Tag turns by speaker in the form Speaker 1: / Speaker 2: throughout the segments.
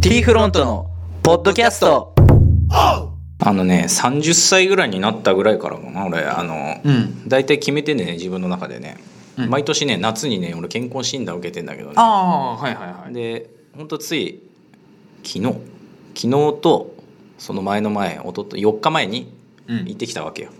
Speaker 1: T フロントのポッドキャスト
Speaker 2: あのね30歳ぐらいになったぐらいからかな俺あの、
Speaker 1: うん
Speaker 2: 大体決めてんだよね自分の中でね、
Speaker 1: うん
Speaker 2: 毎年ね夏にね俺健康診断受けてんだけどね
Speaker 1: ああーはいはいは
Speaker 2: でほんとつい昨日昨日とその前の前おとと4日前に
Speaker 1: うん
Speaker 2: 行ってきたわけよ、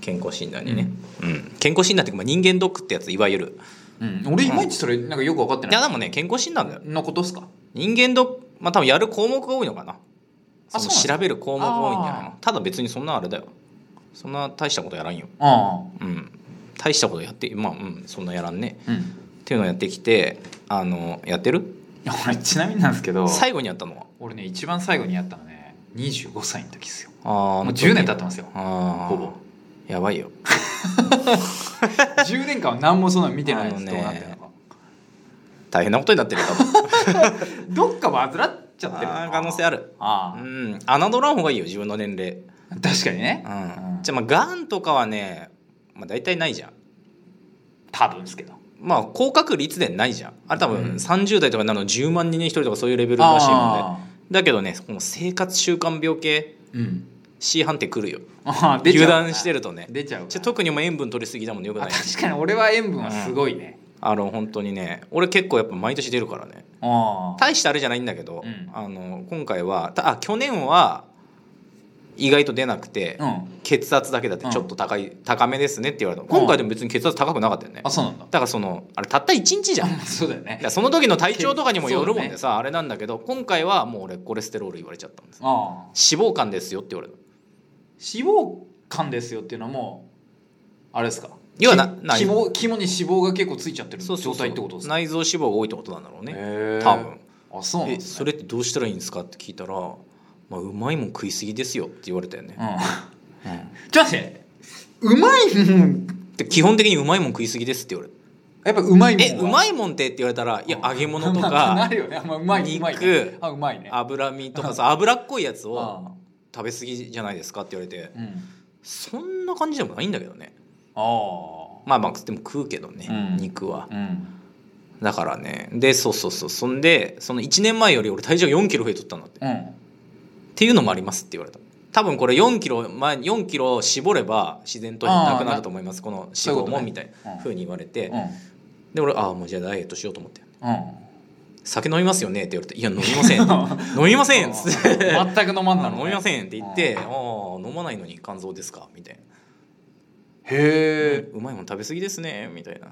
Speaker 2: 健康診断にね、うん健康診断っていうかまあ人間ドックってやついわゆる
Speaker 1: うん、俺いまいちそれなんかよく分かって
Speaker 2: いや
Speaker 1: ない
Speaker 2: でもね健康診断だよ
Speaker 1: のことっすか
Speaker 2: 人間ドックまあ多分やる項目が多いのかな
Speaker 1: あ
Speaker 2: その
Speaker 1: そうなんだ
Speaker 2: 調べる項目が多いんじゃない
Speaker 1: あ
Speaker 2: のただ別にそんなあれだよそんな大したことやらんよ
Speaker 1: ああ
Speaker 2: うん大したことやってまあうんそんなやらんね
Speaker 1: うんい
Speaker 2: っていうのをやってきてあのやってる
Speaker 1: や俺ちなみになんですけど
Speaker 2: 最後にやったのは
Speaker 1: 俺ね一番最後にやったのね25歳の時っすよ
Speaker 2: あー
Speaker 1: もう10年経ってます よ
Speaker 2: あー
Speaker 1: ほぼ
Speaker 2: やばいよ
Speaker 1: 10年間は何もそんなの見てないです
Speaker 2: あの
Speaker 1: ど
Speaker 2: ね
Speaker 1: うなってるのか
Speaker 2: 大変なことになってる多 分
Speaker 1: どっかバズらっちゃってるのか
Speaker 2: あ
Speaker 1: な
Speaker 2: ー可能性あるう
Speaker 1: あ
Speaker 2: ん侮らん方がいいよ自分の年齢
Speaker 1: あ確かにね、
Speaker 2: うん
Speaker 1: うん
Speaker 2: じゃあまあがんとかはね、まあ、大体ないじゃん
Speaker 1: 多分ですけど
Speaker 2: まあ高確率でないじゃんあれ多
Speaker 1: うん
Speaker 2: 分30代とかになるの10万人に1人とかそういうレベルらしいもんね
Speaker 1: あ
Speaker 2: だけどねこの生活習慣病系
Speaker 1: ーうん
Speaker 2: C 判定くるよ
Speaker 1: あー出ちゃ
Speaker 2: 油
Speaker 1: う
Speaker 2: 断してるとね
Speaker 1: 出ちゃう
Speaker 2: じゃあ特にもう塩分取りすぎだもんねよく
Speaker 1: あ
Speaker 2: ない
Speaker 1: 確かに俺は塩分はすごいね、
Speaker 2: あの本当にね俺結構やっぱ毎年出るからね
Speaker 1: ああ
Speaker 2: 大したあれじゃないんだけど、
Speaker 1: うん
Speaker 2: あの今回はたあ去年は意外と出なくて、
Speaker 1: うん
Speaker 2: 血圧だけだってちょっと高い、高めですねって言われた今回でも別に血圧高くなかったよね、
Speaker 1: あそうなんだ
Speaker 2: だからそのあれたった1日じゃんだか
Speaker 1: そうだよね
Speaker 2: ら その時の体調とかにもよるもん
Speaker 1: そう
Speaker 2: でさ、あれなんだけど今回はもう俺コレステロール言われちゃったんです
Speaker 1: ああ
Speaker 2: 脂肪肝ですよって言われた
Speaker 1: 脂肪肝ですよっていうのはもうあれですか
Speaker 2: 要はな
Speaker 1: き
Speaker 2: ない
Speaker 1: 肝肝に脂肪が結構ついちゃってる状態ってことですか
Speaker 2: 内臓脂肪が多いってことなんだろうね
Speaker 1: へえ
Speaker 2: 多分
Speaker 1: あそうなん
Speaker 2: え
Speaker 1: です
Speaker 2: そ
Speaker 1: ね
Speaker 2: れってどうしたらいいんですかって聞いたら、まあ、うまいもん食いすぎですよって言われたよね
Speaker 1: う、ん ちょっと待ってうまいもん
Speaker 2: で基本的にうまいもん食いすぎですって言われた
Speaker 1: やっぱうまいもん
Speaker 2: えうま
Speaker 1: い
Speaker 2: いもんってって言われたらいや揚げ物と
Speaker 1: な
Speaker 2: か
Speaker 1: るよ ねあまあうまいうまいね
Speaker 2: 肉
Speaker 1: あうまいね
Speaker 2: 脂身とかさ脂っこいやつ
Speaker 1: あ
Speaker 2: を食べ過ぎじゃないですかって言われて
Speaker 1: あうん
Speaker 2: そんな感じでもないんだけどね
Speaker 1: あ
Speaker 2: まあまあでも食うけどね、
Speaker 1: うん
Speaker 2: 肉は
Speaker 1: あうん
Speaker 2: だからねでそうそうそうそんでその1年前より俺体重4キロ増えとったんだって
Speaker 1: うん
Speaker 2: っていうのもありますって言われた多分これ4キロ前4キロ絞れば自然となくなると思いますこの脂
Speaker 1: そういう
Speaker 2: 肪
Speaker 1: こと
Speaker 2: も
Speaker 1: ね
Speaker 2: みたい
Speaker 1: うん
Speaker 2: なふうに言われて、
Speaker 1: うん
Speaker 2: で俺ああもうじゃあダイエットしようと思って
Speaker 1: うん
Speaker 2: 酒飲みますよねって言われて「いや飲みません」飲みません」っつって
Speaker 1: ああ全く飲まんなのね
Speaker 2: 飲みませんって言って「
Speaker 1: う
Speaker 2: ああ飲まないのに肝臓ですか」みたいな
Speaker 1: へえ
Speaker 2: 「うまいもん食べ過ぎですね」みたいな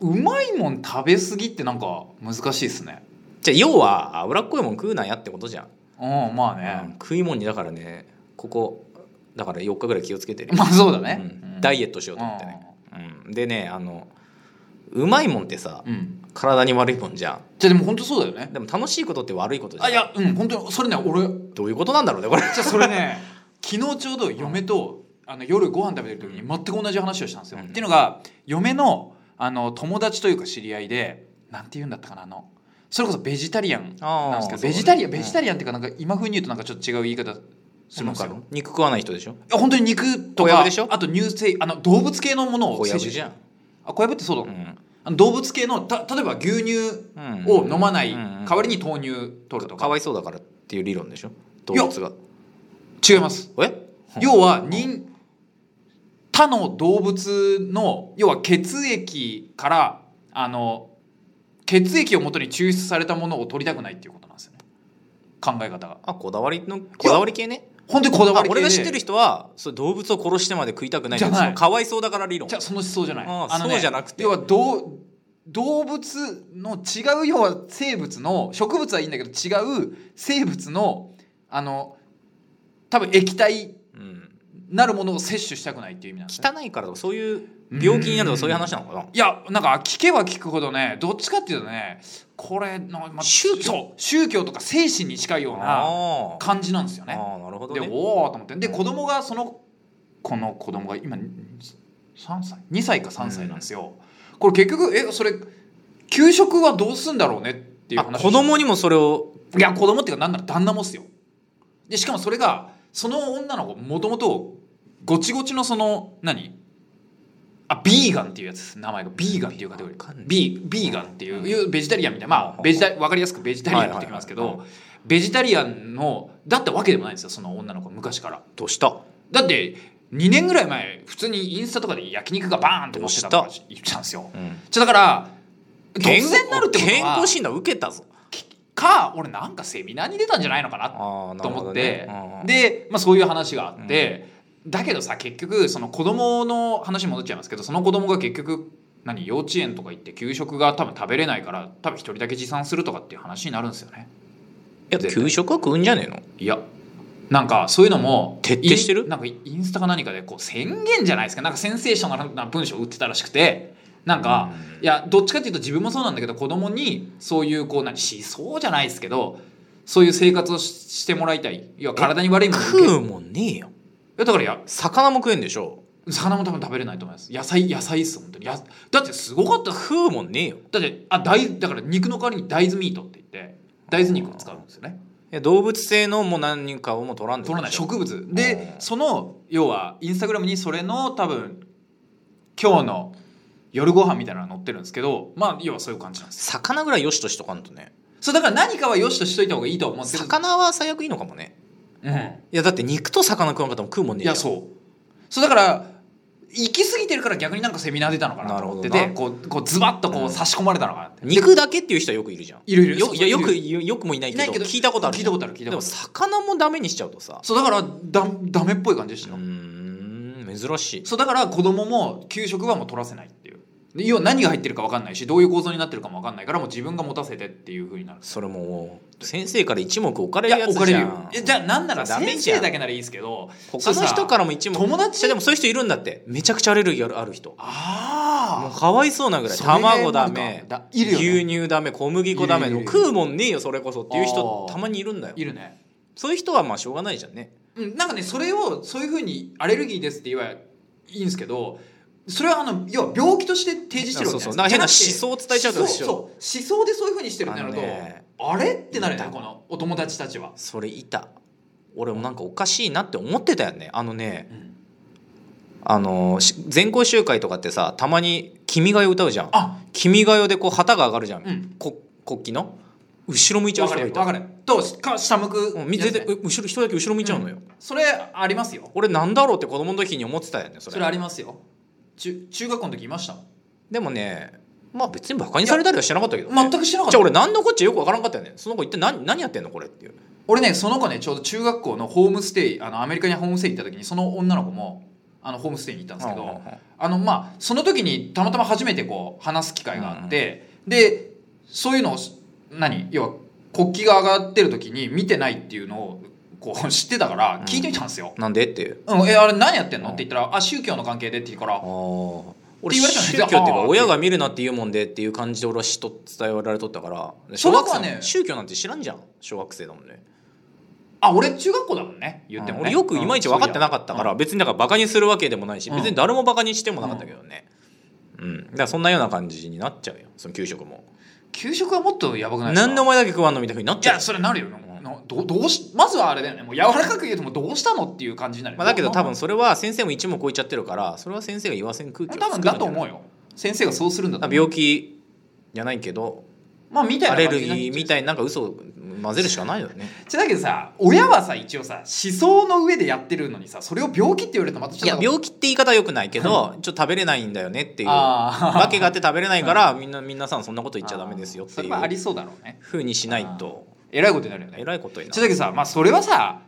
Speaker 1: うまいもん食べ過ぎってなんか難しいですね
Speaker 2: じゃあ要は脂っこいもん食うなやってことじゃん、
Speaker 1: うんまあ
Speaker 2: うん
Speaker 1: ね、
Speaker 2: 食いもんにだからねここだから4日ぐらい気をつけてるよ、
Speaker 1: まあそうだ
Speaker 2: う
Speaker 1: ね、
Speaker 2: んダイエ
Speaker 1: ッ
Speaker 2: ットしようと思ってね、うん、でねあのうまいもんってさ
Speaker 1: うん
Speaker 2: 体に悪いもんじゃ
Speaker 1: じゃあでも本当そうだよね
Speaker 2: んでも楽しいことって悪いことじゃん
Speaker 1: あいやうん本当にそれね俺
Speaker 2: どういうことなんだろうねこれ
Speaker 1: じゃあそ れね昨日ちょうど嫁とあの夜ご飯食べてる時に全く同じ話をしたんですよ、
Speaker 2: うん
Speaker 1: っていうのが嫁のあの友達というか知り合いでなんて言うんだったかなあのそれこそベジタリアンなんですけどベジタリアンベジタリアンっていうかなんか今風に言うとなんかちょっと違う言い方するんですよ
Speaker 2: 肉食わない人でしょ
Speaker 1: いや本当に肉と
Speaker 2: 小
Speaker 1: か
Speaker 2: 籔でしょ
Speaker 1: あと乳製あの動物系のものを
Speaker 2: 小
Speaker 1: 摂
Speaker 2: 籔
Speaker 1: 取
Speaker 2: じゃん、
Speaker 1: あ小籔ってそうだ、
Speaker 2: うん
Speaker 1: あの動物系のた例えば牛乳
Speaker 2: うん
Speaker 1: を飲まない、
Speaker 2: うんうん
Speaker 1: 代わりに豆乳取る
Speaker 2: か
Speaker 1: とか
Speaker 2: わいそうだからっていう理論でしょ動
Speaker 1: いや
Speaker 2: 物が
Speaker 1: 違います
Speaker 2: え
Speaker 1: 要は人他の動物の要は血液からあの血液をもとに抽出されたものを取りたくないっていうことなんですよね考え方が
Speaker 2: あこだわりのこだわり系ね
Speaker 1: 本当にこだわ
Speaker 2: あ
Speaker 1: り系で
Speaker 2: 俺が知ってる人はそう動物を殺してまで食いたくない
Speaker 1: じゃない
Speaker 2: そのかわいそうだから理論
Speaker 1: じゃあその思想じゃない
Speaker 2: ああそうじゃなくて
Speaker 1: 要は動動物の違う要は生物の植物はいいんだけど違う生物のあの多分液体
Speaker 2: うん、
Speaker 1: なるものを摂取したくないっていう意味なんですね
Speaker 2: 汚いからとかそういう病気になるとかそういう話なのかない
Speaker 1: やなんか聞けば聞くほどねどっちかっていうとねこれの、ま
Speaker 2: 宗教
Speaker 1: そう宗教とか精神に近いような
Speaker 2: あー
Speaker 1: 感じなんですよ
Speaker 2: あ
Speaker 1: ね。
Speaker 2: ーなるほど
Speaker 1: でお
Speaker 2: ね
Speaker 1: おーと思ってで子供がそのこの子供が今3歳2歳か3歳なんですよ。これ結局えそれ給食はどうすんだろうねっていう
Speaker 2: あ
Speaker 1: 話を
Speaker 2: 子供にもそれを
Speaker 1: いや子供っていうかなんなら旦那もっすよでしかもそれがその女の子もともとごちごちのその何あビーガンっていうやつです名前がビーガンっていうカテゴリ
Speaker 2: わかんな
Speaker 1: ー
Speaker 2: い
Speaker 1: ビービーガンっていう
Speaker 2: うん
Speaker 1: いうベジタリアンみたいなま
Speaker 2: う
Speaker 1: あ
Speaker 2: ん
Speaker 1: ベジタ分かりやすくベジタリアンって言ってきますけ
Speaker 2: はいはい
Speaker 1: どベジタリアンのだったわけでもないんですよその女の子昔から
Speaker 2: どうした
Speaker 1: だって2年ぐらい前普通にインスタとかで焼肉がバーンって載ってたとか言ってたんですよ
Speaker 2: うん
Speaker 1: じゃあだから突然なるってこと
Speaker 2: 健
Speaker 1: は
Speaker 2: 康診断受けたぞ
Speaker 1: か俺なんかセミナーに出たんじゃないのかなって
Speaker 2: あーな
Speaker 1: と
Speaker 2: るほ
Speaker 1: 思
Speaker 2: ど
Speaker 1: って、
Speaker 2: ねうんうん
Speaker 1: で、まあ、そういう話があって、だけどさ結局その子供の話に戻っちゃいますけどその子供が結局何幼稚園とか行って給食が多分食べれないから多分一人だけ持参するとかっていう話になるんですよね
Speaker 2: いや給食は食うんじゃねえの
Speaker 1: いやなんかそういうのも
Speaker 2: 徹底してる
Speaker 1: インなんかインスタか何かでこう宣言じゃないですかなんかセンセーショナルな文章を打ってたらしくてなんか、いやどっちかっていうと自分もそうなんだけど子供にそういうこう何思想じゃないですけどそういう生活をししてもらいたいいや体に悪いものを受け
Speaker 2: 食うもんねえよ
Speaker 1: いやだからいや
Speaker 2: 魚も食えんでしょ
Speaker 1: 魚も多分食べれないと思います野菜野菜っす本当にやだってすごかったっす
Speaker 2: 食うもんねえよ
Speaker 1: だってあ大だから肉の代わりに大豆ミートって言って大豆肉を使うんですよね
Speaker 2: いや動物性のもう何人かをもう取らんで
Speaker 1: 取らない
Speaker 2: 食
Speaker 1: 植物
Speaker 2: う
Speaker 1: で
Speaker 2: ん
Speaker 1: その要はインスタグラムにそれの多分今日の夜ご飯みたいなのが載ってるんですけどまあ要はそういう感じなんです
Speaker 2: 魚ぐらいよしとしとかんとね
Speaker 1: そうだから何かは良しとしといた方がいいとは思うんですけど
Speaker 2: 魚は最悪いいのかもね
Speaker 1: うん
Speaker 2: いやだって肉と魚食わんかったら食うもんねえ
Speaker 1: い
Speaker 2: よ
Speaker 1: やそうそうだから行き過ぎてるから逆になんかセミナー出たのかなと思って
Speaker 2: な
Speaker 1: て
Speaker 2: るほ
Speaker 1: こうこうズバッとこ
Speaker 2: う
Speaker 1: うん差し込まれたのかなって
Speaker 2: 肉だけっていう人はよくいるじゃん
Speaker 1: いるいる
Speaker 2: よ
Speaker 1: そう
Speaker 2: いやよ
Speaker 1: いる
Speaker 2: くよよくもいないけど
Speaker 1: いないけど
Speaker 2: 聞いたことある
Speaker 1: 聞いたことある聞いた
Speaker 2: でも
Speaker 1: ことある
Speaker 2: 魚もダメにしちゃうとさ
Speaker 1: そうだからだダメっぽい感じで
Speaker 2: う
Speaker 1: したよ、
Speaker 2: ーん珍しい
Speaker 1: そうだから子供も給食はもう取らせないっていうで要は何が入ってるか分かんないしどういう構造になってるかも分かんないからもう自分が持たせてっていうふうになる
Speaker 2: それもう先生から一目置か
Speaker 1: い
Speaker 2: れる
Speaker 1: や
Speaker 2: や
Speaker 1: 置
Speaker 2: つ
Speaker 1: かれ
Speaker 2: じ
Speaker 1: る
Speaker 2: ゃ
Speaker 1: よ
Speaker 2: ん
Speaker 1: いやじゃあなんなら
Speaker 2: ダメ
Speaker 1: 先
Speaker 2: じゃん
Speaker 1: 生だけならいいですけど
Speaker 2: 他の人からも一目
Speaker 1: 友達
Speaker 2: いやでもそういう人いるんだってめちゃくちゃアレルギーあるある人もう
Speaker 1: ああ
Speaker 2: かわいそうなぐらい
Speaker 1: それが
Speaker 2: 卵ダ
Speaker 1: な
Speaker 2: メ
Speaker 1: んかだいるよね
Speaker 2: 牛乳ダメ小麦粉ダメ
Speaker 1: いるいるいる
Speaker 2: でも食うもんねえよそれこそっていう人
Speaker 1: あー
Speaker 2: たまにいるんだよ
Speaker 1: いるね
Speaker 2: そういう人はまあしょうがないじゃんね
Speaker 1: うんなんかねそれをそういうふうにアレルギーですって言えばいいんですけどそれはあの要は病気として提示してるわけじゃ
Speaker 2: そうそ
Speaker 1: いです
Speaker 2: うなんか変な思想を伝えちゃうからでしょ
Speaker 1: そうそう思想でそういうふうにしてるってなると
Speaker 2: あのね
Speaker 1: あれってなるよねこのお友達たちは、
Speaker 2: それいた俺もなんかおかしいなって思ってたよねあのねあのし全校集会とかってさたまに「君が代」歌うじゃん
Speaker 1: あ
Speaker 2: 「君が代」でこう旗が上がるじゃん、
Speaker 1: うん
Speaker 2: こ国旗の後ろ向いちゃう
Speaker 1: 分か
Speaker 2: 人がい
Speaker 1: るよ分
Speaker 2: た
Speaker 1: かるとか下向く
Speaker 2: うんみ
Speaker 1: やつ
Speaker 2: 全
Speaker 1: ね
Speaker 2: 然う後ろ人だけ後ろ向いちゃうのよ、
Speaker 1: それありますよ
Speaker 2: 俺なんだろうって子供の時に思ってたよねそ
Speaker 1: そ
Speaker 2: れ
Speaker 1: れありますよ中中学校の時いましたもん
Speaker 2: でもねまあ別にバカにされたりはしてなかったけど、ね、
Speaker 1: 全く知らなかっ
Speaker 2: じゃ
Speaker 1: た
Speaker 2: あ俺何のこっちゃよくわからんかったよねその子一体何何やってんのこれっていう
Speaker 1: 俺ねその子ねちょうど中学校のホームステイあのアメリカにホームステイ行った時にその女の子もあのホームステイに行ったんですけど、
Speaker 2: うんうんうん
Speaker 1: あのまあその時にたまたま初めてこう話す機会があって、でそういうのを何要は国旗が上がってる時に見てないっていうのをこう知ってたから聞いてみたんですよ。
Speaker 2: なんでっていう
Speaker 1: うんえあれ何やってん
Speaker 2: う
Speaker 1: の
Speaker 2: ん
Speaker 1: って言ったら「あ宗教の関係で」って言うから
Speaker 2: ああ俺
Speaker 1: って言われたの
Speaker 2: 宗教っていう
Speaker 1: あ
Speaker 2: か
Speaker 1: ー
Speaker 2: 親が見るなって言うもんでっていう感じで俺はしと伝えられとったから小
Speaker 1: その
Speaker 2: 学
Speaker 1: 子は
Speaker 2: 生
Speaker 1: ね
Speaker 2: ね宗教なんて知らんじゃん小学生だもんね
Speaker 1: あ俺中学校だもんね
Speaker 2: 言
Speaker 1: 言
Speaker 2: っ
Speaker 1: っ
Speaker 2: てて
Speaker 1: も
Speaker 2: も
Speaker 1: ね、
Speaker 2: 俺よくいまいち分かってなかったか
Speaker 1: う
Speaker 2: ら
Speaker 1: ん
Speaker 2: 別にだからバカにするわけでもないし
Speaker 1: うん
Speaker 2: 別に誰もバカにしてもなかったけどねうんだからそんなような感じになっちゃうよその給食も
Speaker 1: 給食はもっとやばくないですか
Speaker 2: なんでお前だけ食わんのみたいになっ
Speaker 1: い
Speaker 2: ちゃう
Speaker 1: やそれなるよ、などどうしまずはあれだよねもう柔らかく言うともうどうしたのっていう感じになるよ、
Speaker 2: まあ、だけど多
Speaker 1: も
Speaker 2: 分それは先生も一目置いちゃってるからそれは先生が言わせん空気
Speaker 1: う
Speaker 2: を
Speaker 1: 多
Speaker 2: 作るん
Speaker 1: 分
Speaker 2: じゃない
Speaker 1: だと思うよ先生がそうするんだ
Speaker 2: な
Speaker 1: と
Speaker 2: ん
Speaker 1: 思
Speaker 2: か
Speaker 1: う
Speaker 2: 病気じゃないけど
Speaker 1: まあみたい
Speaker 2: ア
Speaker 1: な
Speaker 2: レ
Speaker 1: 感じ
Speaker 2: ルギ
Speaker 1: になっちゃう
Speaker 2: ーみたいになんか嘘を混ぜるしかないよね
Speaker 1: じゃだけどさ親はさ一応さ思想の上でやってるのにさそれを病気って言われるとまたちょっ
Speaker 2: い
Speaker 1: と
Speaker 2: や病気って言い方はよくないけどちょっと食べれないんだよねっていう
Speaker 1: あー
Speaker 2: 訳があって食べれないからみんな皆さんそんなこと言っちゃダメですよって
Speaker 1: そ
Speaker 2: い
Speaker 1: れはあ
Speaker 2: う
Speaker 1: りそうだろうね
Speaker 2: ふうにしないと
Speaker 1: えらいことになるよね
Speaker 2: えらいことにな
Speaker 1: じゃだ
Speaker 2: る
Speaker 1: けどさまあそれはさ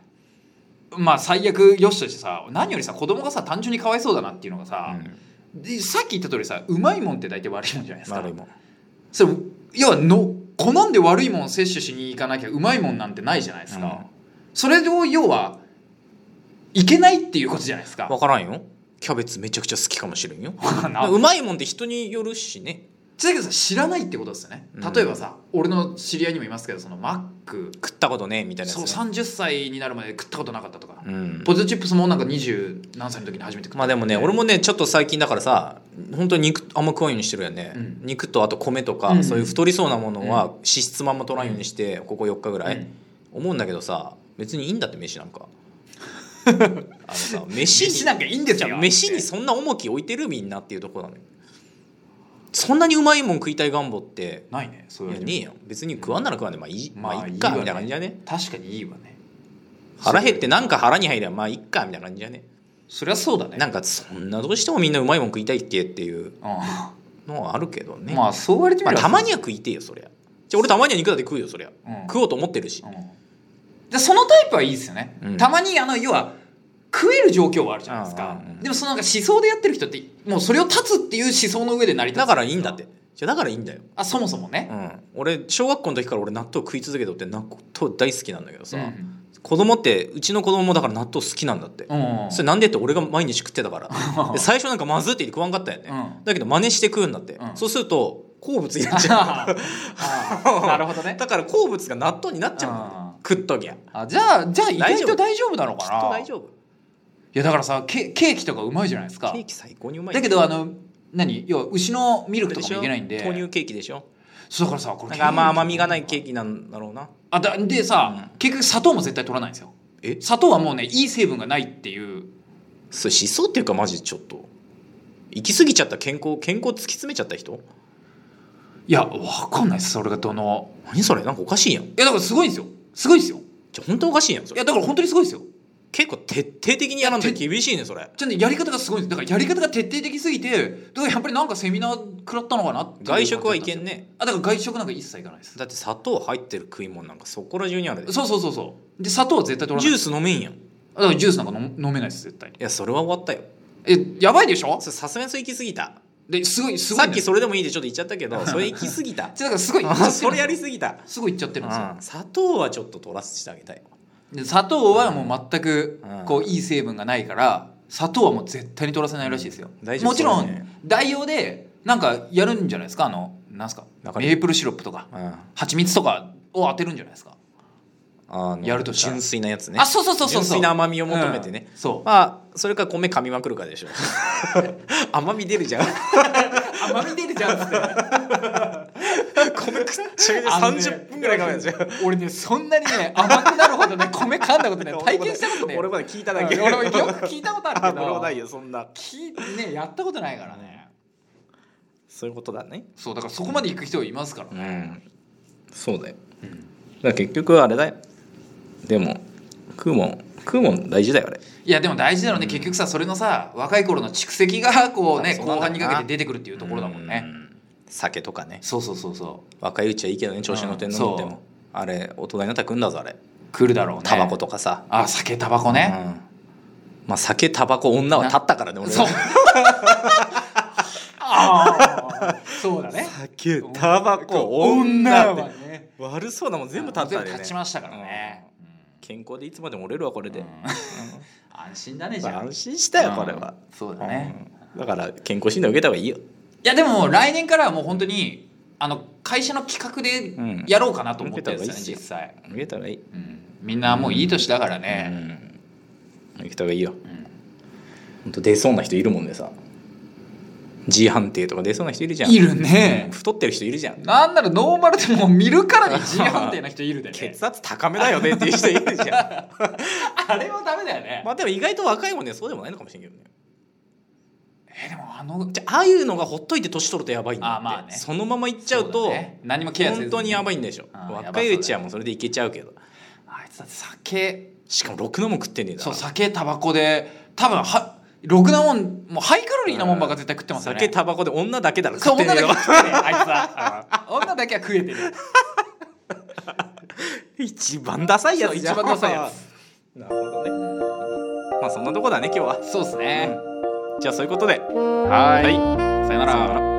Speaker 1: まあ最悪よしとしてさ何よりさ子供がさ単純にかわいそうだなっていうのがさ、でさっき言った通りさうまいもんって大体悪いもんじゃないですか
Speaker 2: 悪いもん
Speaker 1: それ要はの好んで悪いもんを摂取しに行かなきゃうまいもんなんてないじゃないですか、
Speaker 2: うん
Speaker 1: それを要はいけないっていうことじゃないですか
Speaker 2: 分からんよキャベツめちゃくちゃ好きかもしれんよ
Speaker 1: な
Speaker 2: うまいもんって人によるしね
Speaker 1: だけどさ知らないってことですよね
Speaker 2: うん
Speaker 1: 例えばさ、俺の知り合いにもいますけどそのマック
Speaker 2: 食ったことねみたいなや
Speaker 1: そう
Speaker 2: つね
Speaker 1: 30歳になるまで食ったことなかったとか、
Speaker 2: うん
Speaker 1: ポテトチップスもなんか20何歳の時に初めて食った
Speaker 2: まあでもね俺もねちょっと最近だからさ本当に肉あんま食わんようにしてるよね、
Speaker 1: うん
Speaker 2: 肉とあと米とか、
Speaker 1: うん
Speaker 2: そういう太りそうなものは脂質まんま取らんようにして、ここ4日ぐらい、
Speaker 1: うん
Speaker 2: 思うんだけどさ別にいいんだって飯なんかあのさ飯
Speaker 1: 飯
Speaker 2: に
Speaker 1: なんかいいんです
Speaker 2: じゃ
Speaker 1: よ
Speaker 2: あ飯にそんな重き置いてるみんなっていうところなのよそんなにうまいもん食いたい願望って
Speaker 1: ないねそう
Speaker 2: い
Speaker 1: い
Speaker 2: や
Speaker 1: う
Speaker 2: ねえよ別に食わんなら食わんでまあいい、まあ、いっ
Speaker 1: わ
Speaker 2: かみたいな感じだね
Speaker 1: 確かにいいわね
Speaker 2: 腹減ってなんか腹に入ればまあいっかみたいな感じだね
Speaker 1: そりゃそうだね
Speaker 2: なんかそんなどうしてもみんなうまいもん食いたいっけっていう
Speaker 1: う
Speaker 2: のはあるけど
Speaker 1: ん
Speaker 2: ね、ま
Speaker 1: まあそう言われてみ
Speaker 2: あ、
Speaker 1: れば
Speaker 2: たまには食いてえよそりゃじゃあ俺たまには肉だって食うよそりゃ
Speaker 1: うん
Speaker 2: 食おうと思ってるし
Speaker 1: うんでそのタイプはいいですよね、
Speaker 2: うん
Speaker 1: たまにあの要は食える状況はあるじゃないですか、
Speaker 2: うんうんうん
Speaker 1: でもそのなんか思想でやってる人ってもうそれを立つっていう思想の上で成り立つ
Speaker 2: だからいいんだってじゃあだからいいんだよ
Speaker 1: あそもそもね
Speaker 2: う、ん、俺小学校の時から俺納豆食い続けてって納豆大好きなんだけどさ、
Speaker 1: うん
Speaker 2: 子供ってうちの子供もだから納豆好きなんだって、
Speaker 1: うん
Speaker 2: それなんでって俺が毎日食ってた からで最初なんかまずいって言って食わんかったよね、
Speaker 1: うん
Speaker 2: だけど真似して食うんだって、
Speaker 1: うん
Speaker 2: そうすると好物になっちゃ
Speaker 1: ああなるほ ど
Speaker 2: う
Speaker 1: ね
Speaker 2: だから好物が納豆になっちゃうんだって
Speaker 1: あ
Speaker 2: 食っときゃきっ
Speaker 1: あじゃあじゃあ意
Speaker 2: 大
Speaker 1: 外と
Speaker 2: 丈夫
Speaker 1: 大丈夫なのか
Speaker 2: と
Speaker 1: な
Speaker 2: 大丈夫
Speaker 1: いやだからさケケーキとかうまいじゃないですか
Speaker 2: ケーキ最高にうまい
Speaker 1: だけどあの何要は牛のミルクとかもいけないんで
Speaker 2: 豆乳ケーキでしょ
Speaker 1: そうだからさこれ
Speaker 2: なんかあんま甘みがないケ
Speaker 1: ケー
Speaker 2: ー
Speaker 1: キ
Speaker 2: キなんだろうな
Speaker 1: あだでさ、結局砂糖も絶対取らないんですよ
Speaker 2: え
Speaker 1: 砂糖はもうねいい成分がないっていう
Speaker 2: それ思想っていうかマジちょっと行き過ぎちゃった健康健康突き詰めちゃった人
Speaker 1: いやわかんないですそれがどの
Speaker 2: 何それなんかおかしいやん
Speaker 1: いやだからすごいんですよすごいですよ
Speaker 2: じゃ本当おかしいやんそ
Speaker 1: い
Speaker 2: れ
Speaker 1: やだから本当にすごいですよ
Speaker 2: 結構徹底的にやらんと
Speaker 1: いやて
Speaker 2: 厳しいねそれ
Speaker 1: ちょっとねやり方がすごいんですだからやり方が徹底的すぎてだからやっぱりなんかセミナー食らったのかなっていう
Speaker 2: 外食はいけんね
Speaker 1: あだから外食なんか一切行かないです
Speaker 2: だって砂糖入ってる食い物なんかそこら中にあるで
Speaker 1: そうそうそうそうで砂糖は絶対取ら
Speaker 2: ジ
Speaker 1: な
Speaker 2: ュ
Speaker 1: い
Speaker 2: ース飲めんやんい
Speaker 1: だからジュースなんか飲飲めないです絶対に
Speaker 2: やそれは終わったよ
Speaker 1: えやばいでしょ
Speaker 2: それさすがにそれ行き過ぎた
Speaker 1: ですごいすごい
Speaker 2: さっ
Speaker 1: んで
Speaker 2: き
Speaker 1: す
Speaker 2: それでもいいでちょっと言っちゃったけ どそれ行き過ぎた
Speaker 1: ちょだからすごい
Speaker 2: あーそれやり過ぎた
Speaker 1: すごい言っちゃってるんですよ
Speaker 2: うん砂糖はちょっと取らせてあげたい
Speaker 1: で砂糖はもう全く
Speaker 2: うん
Speaker 1: こういい成分がないから砂糖はもう絶対に取らせないらしいですよ、
Speaker 2: うん大丈夫
Speaker 1: もちろ
Speaker 2: そうんね
Speaker 1: 代用でなんかやるんじゃないですかあのなんすか
Speaker 2: なんかね
Speaker 1: メープルシロップとか
Speaker 2: うん
Speaker 1: 蜂蜜とかを当てるんじゃないですか、
Speaker 2: あの
Speaker 1: やるとしたら
Speaker 2: 純粋なやつね
Speaker 1: あそうそうそうそう
Speaker 2: 純
Speaker 1: そう
Speaker 2: 粋な甘みを求めてね
Speaker 1: うんそう
Speaker 2: まあそれか米噛みまくるかでし ょ甘み出るじゃん
Speaker 1: 甘み出るじゃん っつって
Speaker 2: 米食っちゃうよ30分ぐらい噛むやつじゃん
Speaker 1: 俺ねそんなにね甘くなるほどね米噛んだこと ね体験したことね
Speaker 2: 俺まで聞いただけ
Speaker 1: うん俺もよく聞いたことある け
Speaker 2: あ
Speaker 1: ど
Speaker 2: 俺もないよそんな
Speaker 1: 聞いてねやったことないからね
Speaker 2: そういうことだね
Speaker 1: そうだからそこまで行く人いますから
Speaker 2: う
Speaker 1: ね、
Speaker 2: んそうだよだから結局あれだよでも食うもん食うもん大事だよあれ
Speaker 1: いやでも大事だろうね、結局さそれのさ若い頃の蓄積がこうね
Speaker 2: あそうなんだろう
Speaker 1: 後
Speaker 2: な
Speaker 1: 半にかけて出てくるっていうところだもんね、
Speaker 2: うん酒とかね
Speaker 1: そうそうそうそう
Speaker 2: 若いうちはいいけどね調子乗って飲んで
Speaker 1: うんそう
Speaker 2: もあれ大人になったら食うんだぞあれ
Speaker 1: 来るだろうね
Speaker 2: タバコとかさ
Speaker 1: あ酒タバコね、
Speaker 2: うんまあ酒タバコ女は立ったからね俺は
Speaker 1: そうああそうだね
Speaker 2: 酒タバコ
Speaker 1: 女
Speaker 2: 女っ
Speaker 1: は
Speaker 2: て
Speaker 1: ね
Speaker 2: 悪そうなもん全部立った
Speaker 1: 全
Speaker 2: よ
Speaker 1: 部
Speaker 2: ね
Speaker 1: 立ちましたからね、
Speaker 2: 健康でいつまでも折れるわこれ
Speaker 1: うん
Speaker 2: で、
Speaker 1: 安心だねじ
Speaker 2: まあ
Speaker 1: ゃあ
Speaker 2: 安心したよこれは、
Speaker 1: うんそうだね、
Speaker 2: うんだから健康診断受けた方がいいよ
Speaker 1: いやでも来年からはもう本当にあの会社の企画
Speaker 2: うん
Speaker 1: でやろうかなと思ってるんですよね、
Speaker 2: 受け
Speaker 1: 実際、
Speaker 2: 受けた方がいい、
Speaker 1: うんみんなもういい年だからね、
Speaker 2: うん受けた方がいいよ、ほんと出そうな人いるもんでさ G 判定とか出そうな人いるじゃん
Speaker 1: いるね
Speaker 2: 太ってる人いるじゃん
Speaker 1: なんならノーマルでもう見るからに G 判定な人いる でね
Speaker 2: 血圧高めだ よねっていう人いるじゃん
Speaker 1: あれはダメだよね、
Speaker 2: まあでも意外と若いもんねそうでもないのかもしれんけどね
Speaker 1: えでもあの
Speaker 2: じゃあああいうのがほっといて年取るとやばいんだって
Speaker 1: あまあね
Speaker 2: そのままいっちゃうと
Speaker 1: そだね何もケアせず
Speaker 2: 本当にやばいんでしょ
Speaker 1: あーやばそうだ
Speaker 2: 若
Speaker 1: よ
Speaker 2: いうちはもうそれでいけちゃうけど
Speaker 1: あいつだって酒
Speaker 2: しかもろくのも食ってねえだ
Speaker 1: そ
Speaker 2: ろ
Speaker 1: う酒タバコで多分はろくなもんもうハイカロリーなもんばっか絶対食ってますよね
Speaker 2: 酒タバコで女だけだろ
Speaker 1: そう
Speaker 2: 食って
Speaker 1: 女
Speaker 2: ね
Speaker 1: だ
Speaker 2: え
Speaker 1: け
Speaker 2: だろ
Speaker 1: は食ってねえあいつはうん 女だけは食えてる
Speaker 2: 一番ダサいやつじゃん
Speaker 1: そう一番ダサいや
Speaker 2: なるほどねまあそんなとこだね今日は
Speaker 1: そうっすね、
Speaker 2: じゃあそういうことで
Speaker 1: はーい、さよなら
Speaker 2: さよなら